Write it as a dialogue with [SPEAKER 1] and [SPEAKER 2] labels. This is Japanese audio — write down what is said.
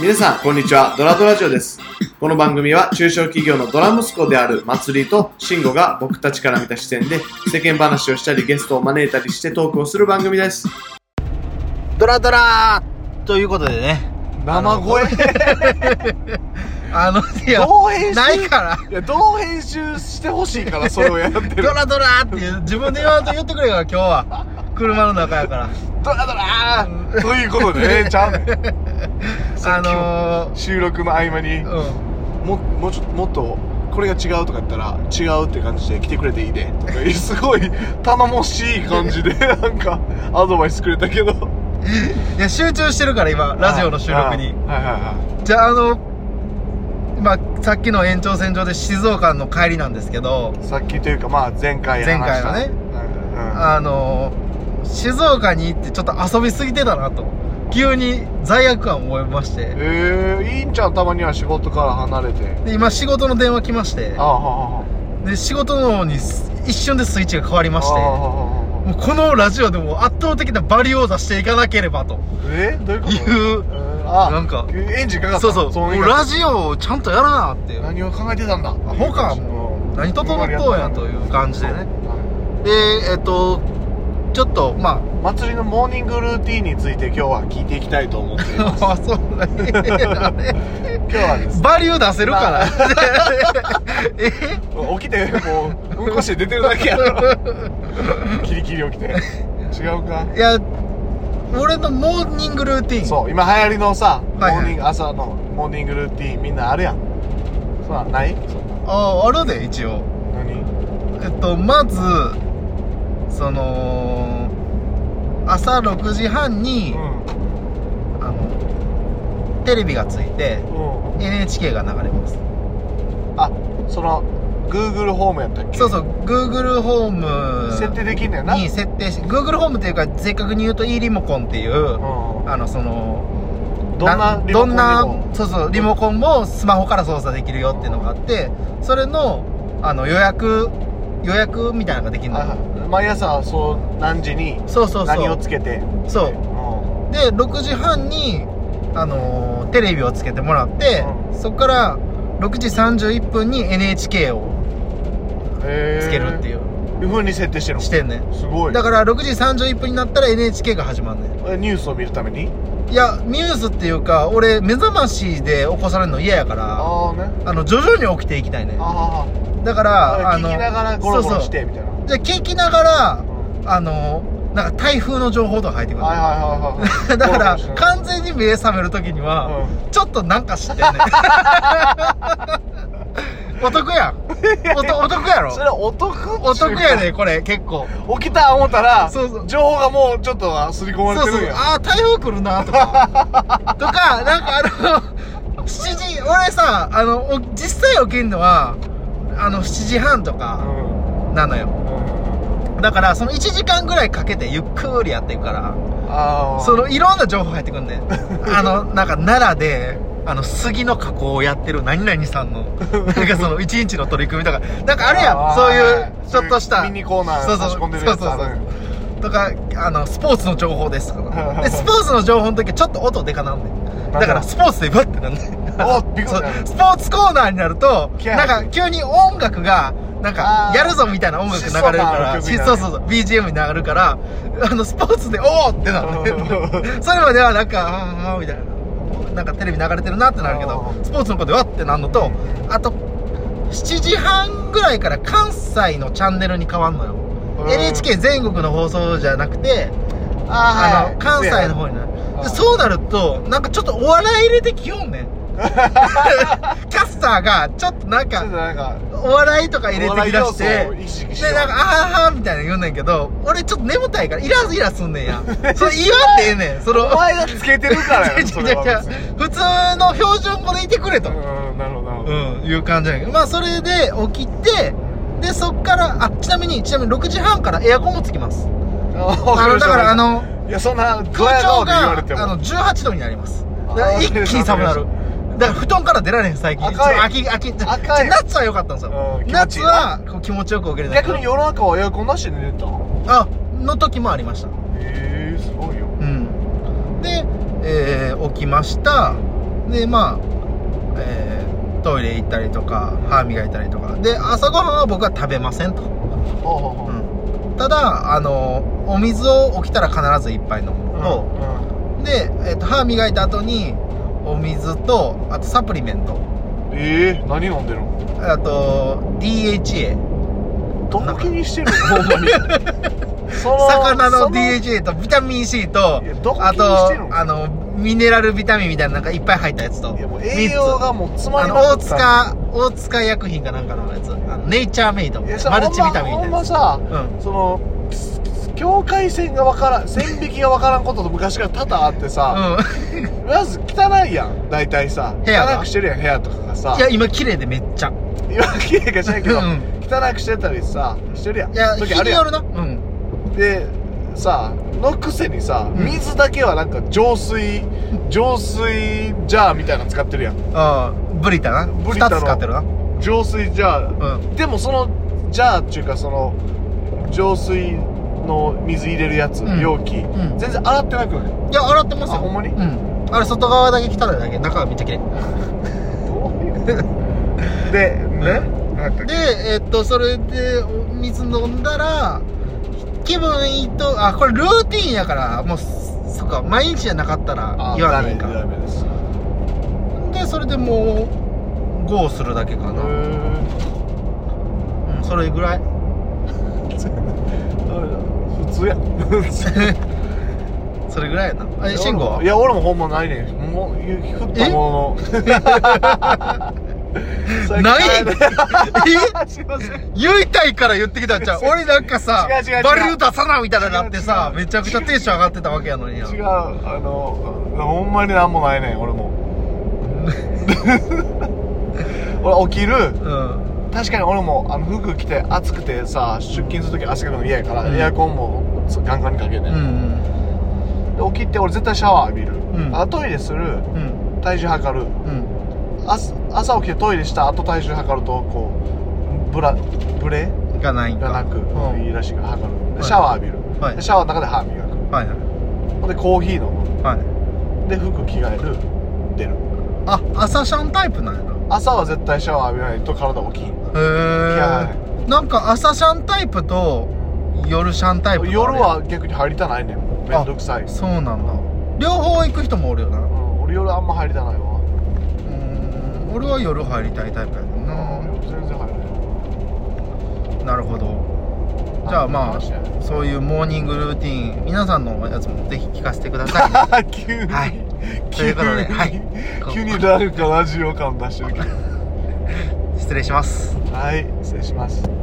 [SPEAKER 1] 皆さん、こんにちは。ドラドラジオです。この番組は中小企業のドラ息子である祭りと慎吾が僕たちから見た視点で世間話をしたりゲストを招いたりしてトークをする番組です。
[SPEAKER 2] ドラドラーということでね。
[SPEAKER 3] 生声
[SPEAKER 2] あの、いや、
[SPEAKER 3] どう編集
[SPEAKER 2] ないから。
[SPEAKER 3] いやどう編集してほしいからそれをやってる
[SPEAKER 2] ドラドラーっていう、自分で言わんと言ってくれよ、今日は。車の中やから。
[SPEAKER 3] ドラドラーということでねちゃんさっきも
[SPEAKER 2] あの
[SPEAKER 3] 収録の合間に
[SPEAKER 2] ー、うん。
[SPEAKER 3] ももうちょっともっとこれが違うとか言ったら違うって感じで来てくれていいで とかすごい頼もしい感じ でなんかアドバイスくれたけど
[SPEAKER 2] いや、集中してるから、今、ラジオの収録に。
[SPEAKER 3] はいはいは
[SPEAKER 2] じゃあ、あの、まあ、さっきの延長線上で静岡の帰りなんですけど、
[SPEAKER 3] いさっきというかまあ前回話した
[SPEAKER 2] 前回のね
[SPEAKER 3] うん
[SPEAKER 2] あの、静岡に行ってちょっと遊びすぎてたなと。急に罪悪感を覚えまして。
[SPEAKER 3] ええー、いいんちゃんたまには仕事から離れて
[SPEAKER 2] で、今仕事の電話来まして
[SPEAKER 3] あ、あはあは
[SPEAKER 2] で、仕事の方にす一瞬でスイッチが変わり
[SPEAKER 3] あ
[SPEAKER 2] まして、
[SPEAKER 3] ああ
[SPEAKER 2] も
[SPEAKER 3] あ
[SPEAKER 2] うこのラジオでも圧倒的なバリを出していかなければと
[SPEAKER 3] えどういうこと
[SPEAKER 2] いう、
[SPEAKER 3] あ
[SPEAKER 2] なんか
[SPEAKER 3] エンジンかかった
[SPEAKER 2] そうそう、も
[SPEAKER 3] の
[SPEAKER 2] うラジオをちゃんとやらなっていう。
[SPEAKER 3] 何を考えてたんだ
[SPEAKER 2] ほか、もう、何整っとうやという感じでね。
[SPEAKER 3] は
[SPEAKER 2] で、えっと、ちょっと、ま
[SPEAKER 3] い祭りのモーニングルーティンについて今日は聞いていきたいと思って います
[SPEAKER 2] あ、あそうだね。
[SPEAKER 3] 今日はですね
[SPEAKER 2] バリュー出せるから。 え
[SPEAKER 3] 起きてもううんこして出てるだけやろ キリキリ起きて違うか
[SPEAKER 2] いや、俺のモーニングルーティン。
[SPEAKER 3] そう今流行りのさモ
[SPEAKER 2] はいはい
[SPEAKER 3] ーニング朝のモーニングルーティンみんなあるやんそうなんないそんな
[SPEAKER 2] あ、あるで、一応。
[SPEAKER 3] 何
[SPEAKER 2] えっとまずその朝6時半に、あのテレビがついて
[SPEAKER 3] うんうん
[SPEAKER 2] NHK が流れます
[SPEAKER 3] あその Google ホームやったっけ
[SPEAKER 2] そうそう Google ホーム
[SPEAKER 3] 設定できんねやな
[SPEAKER 2] に設定し Google ホームっていうか正確に言うと e リモコンっていう
[SPEAKER 3] うん
[SPEAKER 2] あのその
[SPEAKER 3] どんなリモコンでも
[SPEAKER 2] どんなそうそうリモコンもスマホから操作できるよっていうのがあってそれのあの予約予約みたいなのができるのよ、
[SPEAKER 3] はいはい毎朝そう何時に
[SPEAKER 2] そうそうそう
[SPEAKER 3] 何をつけて
[SPEAKER 2] そう
[SPEAKER 3] うん
[SPEAKER 2] で6時半に、あのーテレビをつけてもらって、
[SPEAKER 3] う
[SPEAKER 2] そこから6時31分に NHK を
[SPEAKER 3] へー
[SPEAKER 2] つけるっていう、
[SPEAKER 3] いうふうに設定してるの
[SPEAKER 2] してんねん
[SPEAKER 3] すごい
[SPEAKER 2] だから6時31分になったら NHK が始まんね
[SPEAKER 3] えニュースを見るために
[SPEAKER 2] んいやニュースっていうか俺目覚ましで起こされるの嫌やからあ
[SPEAKER 3] ああね
[SPEAKER 2] の徐々に起きていきたいねん
[SPEAKER 3] あ
[SPEAKER 2] だか
[SPEAKER 3] あ
[SPEAKER 2] ら
[SPEAKER 3] あ
[SPEAKER 2] あの
[SPEAKER 3] 聞きながらゴロゴロし
[SPEAKER 2] そう
[SPEAKER 3] てみたいな
[SPEAKER 2] そうじゃあ聞きながらあのなんか台風の情報とか入ってくる
[SPEAKER 3] はいはいはいはい
[SPEAKER 2] だから
[SPEAKER 3] ゴロゴロしなが
[SPEAKER 2] 完全に目覚める時には、
[SPEAKER 3] うん
[SPEAKER 2] ちょっとなんか知ってんね お得やん。おとお得やろ
[SPEAKER 3] それはお得
[SPEAKER 2] お得やね、これ、結構。
[SPEAKER 3] 起きた思ったら
[SPEAKER 2] そうそう
[SPEAKER 3] 情報がもうちょっとは刷り込ま
[SPEAKER 2] そう
[SPEAKER 3] れて
[SPEAKER 2] そ
[SPEAKER 3] るん
[SPEAKER 2] う。
[SPEAKER 3] や
[SPEAKER 2] ああ、台風来るな、とか。とか、なんかあの、7時、 俺さ、あの、お実際起きるのは、あの、7時半とか
[SPEAKER 3] うん
[SPEAKER 2] なのよ。
[SPEAKER 3] うん
[SPEAKER 2] だから、その1時間ぐらいかけてゆっくりやっていくから、
[SPEAKER 3] ああ
[SPEAKER 2] そのいろんな情報入ってくんで。 あの、なんか奈良で、あの、杉の加工をやってる何々 さんの、なんかその一日の取り組みとか、なんかあるやん、そういう、ちょっとした。
[SPEAKER 3] ミニコーナ
[SPEAKER 2] そう
[SPEAKER 3] ー
[SPEAKER 2] そう
[SPEAKER 3] 差し込んでるやつあ
[SPEAKER 2] そう
[SPEAKER 3] る
[SPEAKER 2] そうとか、あの、スポーツの情報ですとか。で、スポーツの情報の時はちょっと音でかなんで。だから、スポーツでバッてなんで。
[SPEAKER 3] おびっく
[SPEAKER 2] そ
[SPEAKER 3] り
[SPEAKER 2] うスポーツコーナーになると、
[SPEAKER 3] 気合
[SPEAKER 2] なん
[SPEAKER 3] 入る
[SPEAKER 2] か急に音楽が、なんか
[SPEAKER 3] あ、ー
[SPEAKER 2] やるぞみたいな音楽流れるから、
[SPEAKER 3] 疾走感ある曲になる
[SPEAKER 2] そうそうそう、BGM になるから、あの、スポーツで、おーってなるね。それまではなんか、あーあーみたいな。なんかテレビ流れてるなってなるけど
[SPEAKER 3] あ、ー
[SPEAKER 2] スポーツのことでわってなるのと、あと、7時半ぐらいから関西のチャンネルに変わんのよ。
[SPEAKER 3] うん
[SPEAKER 2] NHK 全国の放送じゃなくて、
[SPEAKER 3] あー
[SPEAKER 2] あ
[SPEAKER 3] はい
[SPEAKER 2] の、関西の方にな
[SPEAKER 3] あ
[SPEAKER 2] る。
[SPEAKER 3] ー
[SPEAKER 2] でそうなると、なんかちょっとお笑い入れてきよんね ん。キャスターが、ちょっとなん
[SPEAKER 3] ちょっと
[SPEAKER 2] か、
[SPEAKER 3] なんか
[SPEAKER 2] お笑いとか入れてき
[SPEAKER 3] お
[SPEAKER 2] だし
[SPEAKER 3] 笑い要素を
[SPEAKER 2] て、
[SPEAKER 3] 意識して
[SPEAKER 2] で、なんか、あははみたいなの言うねんけど、俺ちょっと眠たいから、イライラすんね んや。それ言わんでええねん。その、
[SPEAKER 3] お前がつけてる から
[SPEAKER 2] 違う
[SPEAKER 3] や
[SPEAKER 2] 違
[SPEAKER 3] そうれは
[SPEAKER 2] 違う
[SPEAKER 3] 別に
[SPEAKER 2] 普通の標準語でいてくれと。
[SPEAKER 3] うんなるほどなるほど
[SPEAKER 2] うん、いう感じやけど。まあ、それで起きて、で、そっから、あ、ちなみに、ちなみに6時半からエアコンもつきます。あの、だからあの、
[SPEAKER 3] いやそんなド
[SPEAKER 2] 空
[SPEAKER 3] ヤ
[SPEAKER 2] 調
[SPEAKER 3] 顔で言わ
[SPEAKER 2] が
[SPEAKER 3] れても
[SPEAKER 2] あの18度になりますだか
[SPEAKER 3] あ
[SPEAKER 2] ら
[SPEAKER 3] ー
[SPEAKER 2] 一気に寒くなるだから布団から出られへん最近
[SPEAKER 3] 赤い
[SPEAKER 2] ちょっと秋秋
[SPEAKER 3] 赤い
[SPEAKER 2] ちょっと夏は良かったんです
[SPEAKER 3] う
[SPEAKER 2] よ
[SPEAKER 3] ん気持ちいい
[SPEAKER 2] 夏はこう気持ちよく起きれたけど
[SPEAKER 3] 逆に夜中はエアコンなしで寝てた
[SPEAKER 2] あの時もありました
[SPEAKER 3] ええすごいよ
[SPEAKER 2] うんで、えー起きましたでまあ、えートイレ行ったりとか歯磨いたりとかで朝ごはんは僕は食べませんと、
[SPEAKER 3] ほうほうほう
[SPEAKER 2] うんただあのお水を起きたら必ず一杯飲むのと、で、えー、と歯磨いた後にお水とあとサプリメント
[SPEAKER 3] うんええ何飲んでるの
[SPEAKER 2] あと DHA
[SPEAKER 3] どこ気にしてるのほんまに そ
[SPEAKER 2] 魚
[SPEAKER 3] そ
[SPEAKER 2] の DHA とビタミン C と
[SPEAKER 3] いやどこ
[SPEAKER 2] あ
[SPEAKER 3] 気にしてる
[SPEAKER 2] とあのミネラルビタミンみたいななんかいっぱい入ったやつと
[SPEAKER 3] いやもう栄養がもう詰ま
[SPEAKER 2] あ
[SPEAKER 3] り
[SPEAKER 2] の
[SPEAKER 3] まく
[SPEAKER 2] 大
[SPEAKER 3] ってた
[SPEAKER 2] 塚大塚薬品かなんかのやつあのネイチャーメイド
[SPEAKER 3] いや
[SPEAKER 2] マルチビタミンみ
[SPEAKER 3] ほ
[SPEAKER 2] た
[SPEAKER 3] んまほん
[SPEAKER 2] いな
[SPEAKER 3] ま
[SPEAKER 2] やつ
[SPEAKER 3] さ
[SPEAKER 2] うん
[SPEAKER 3] そのす境界線がわからん線引きがわからんことと昔から多々あってさ、まず汚いやん大体さ
[SPEAKER 2] 部屋が
[SPEAKER 3] 汚くしてるやん部屋とかが
[SPEAKER 2] う
[SPEAKER 3] さ
[SPEAKER 2] んいや今綺麗でめっちゃう
[SPEAKER 3] 今綺麗かしないけど、
[SPEAKER 2] ん
[SPEAKER 3] 汚くしてたりさしてるやん
[SPEAKER 2] いや
[SPEAKER 3] 時
[SPEAKER 2] 日
[SPEAKER 3] ある
[SPEAKER 2] に
[SPEAKER 3] や
[SPEAKER 2] よ
[SPEAKER 3] ん
[SPEAKER 2] るなうん
[SPEAKER 3] でさのくせにさ
[SPEAKER 2] うん
[SPEAKER 3] 水だけはなんか浄水浄水ジャーみたいなの使ってるやん
[SPEAKER 2] あーブリタな
[SPEAKER 3] ブリタの
[SPEAKER 2] 2つ買ってるなう
[SPEAKER 3] 浄水ジャー
[SPEAKER 2] ん
[SPEAKER 3] でもそのジャーっていうかその浄水の水入れるやつ、
[SPEAKER 2] うん
[SPEAKER 3] 容器
[SPEAKER 2] うん
[SPEAKER 3] 全然洗ってなくない
[SPEAKER 2] いや洗ってますよ
[SPEAKER 3] あほんまに
[SPEAKER 2] うんあれ外側だけ汚いだけ中はめっちゃ綺麗
[SPEAKER 3] でね、なんか
[SPEAKER 2] でえっとそれでお水飲んだら気分いいとあこれルーティンやからもうそっか毎日じゃなかったら言わないか
[SPEAKER 3] ダメです
[SPEAKER 2] でそれでもうゴーするだけかな、うんそれぐらい
[SPEAKER 3] 普通や
[SPEAKER 2] それぐらいやなえ慎吾はい
[SPEAKER 3] や俺もほんま ないねんもう雪降った ものの
[SPEAKER 2] な
[SPEAKER 3] 最近
[SPEAKER 2] い
[SPEAKER 3] ね
[SPEAKER 2] え
[SPEAKER 3] すいません
[SPEAKER 2] 言いたいから言ってきたんちゃう 俺なんかさ
[SPEAKER 3] 違う違う違う
[SPEAKER 2] バリュー出さなみたいななってさ
[SPEAKER 3] 違う違う
[SPEAKER 2] めちゃくちゃテンション上がってたわけやのにな
[SPEAKER 3] 違うあのほんまになんもないねん俺も俺起きる
[SPEAKER 2] うん
[SPEAKER 3] 確かに俺もあの服着て暑くてさ出勤するとき汗かくの嫌やから、
[SPEAKER 2] うん
[SPEAKER 3] エアコンもガンガンにかけて、
[SPEAKER 2] うん
[SPEAKER 3] で起きて俺絶対シャワー浴びる、
[SPEAKER 2] うん
[SPEAKER 3] あトイレする
[SPEAKER 2] うんうん
[SPEAKER 3] 体重測る
[SPEAKER 2] うん
[SPEAKER 3] 朝朝起きてトイレした後体重測るとこうブラブレ
[SPEAKER 2] がないんか
[SPEAKER 3] がなく、
[SPEAKER 2] うん
[SPEAKER 3] いいらしいから測る
[SPEAKER 2] はい
[SPEAKER 3] でシャワー浴びる、
[SPEAKER 2] はい
[SPEAKER 3] でシャワーの中で歯磨く
[SPEAKER 2] はい
[SPEAKER 3] ほんでコーヒー飲む
[SPEAKER 2] はいはい
[SPEAKER 3] で服着替える出る
[SPEAKER 2] あ朝シャンタイプなんやな
[SPEAKER 3] 朝は絶対シャワー浴びないと体起きんいや
[SPEAKER 2] へえなんか朝シャンタイプと夜シャンタイプとあるやん
[SPEAKER 3] 夜は逆に入りたないねんめんどくさい、
[SPEAKER 2] そうなんだ両方行く人もおるよな
[SPEAKER 3] うん、俺夜あんま入りたないわ
[SPEAKER 2] うん俺は夜入りたいタイプやねんな
[SPEAKER 3] 全然入らない
[SPEAKER 2] なるほどじゃあまあ
[SPEAKER 3] あ
[SPEAKER 2] そういうモーニングルーティン皆さんのやつもぜひ聞かせてくだ さいね
[SPEAKER 3] 急に、
[SPEAKER 2] はいということではい
[SPEAKER 3] 急に誰かラジオ感出してるけど
[SPEAKER 2] 失礼します
[SPEAKER 3] はい失礼します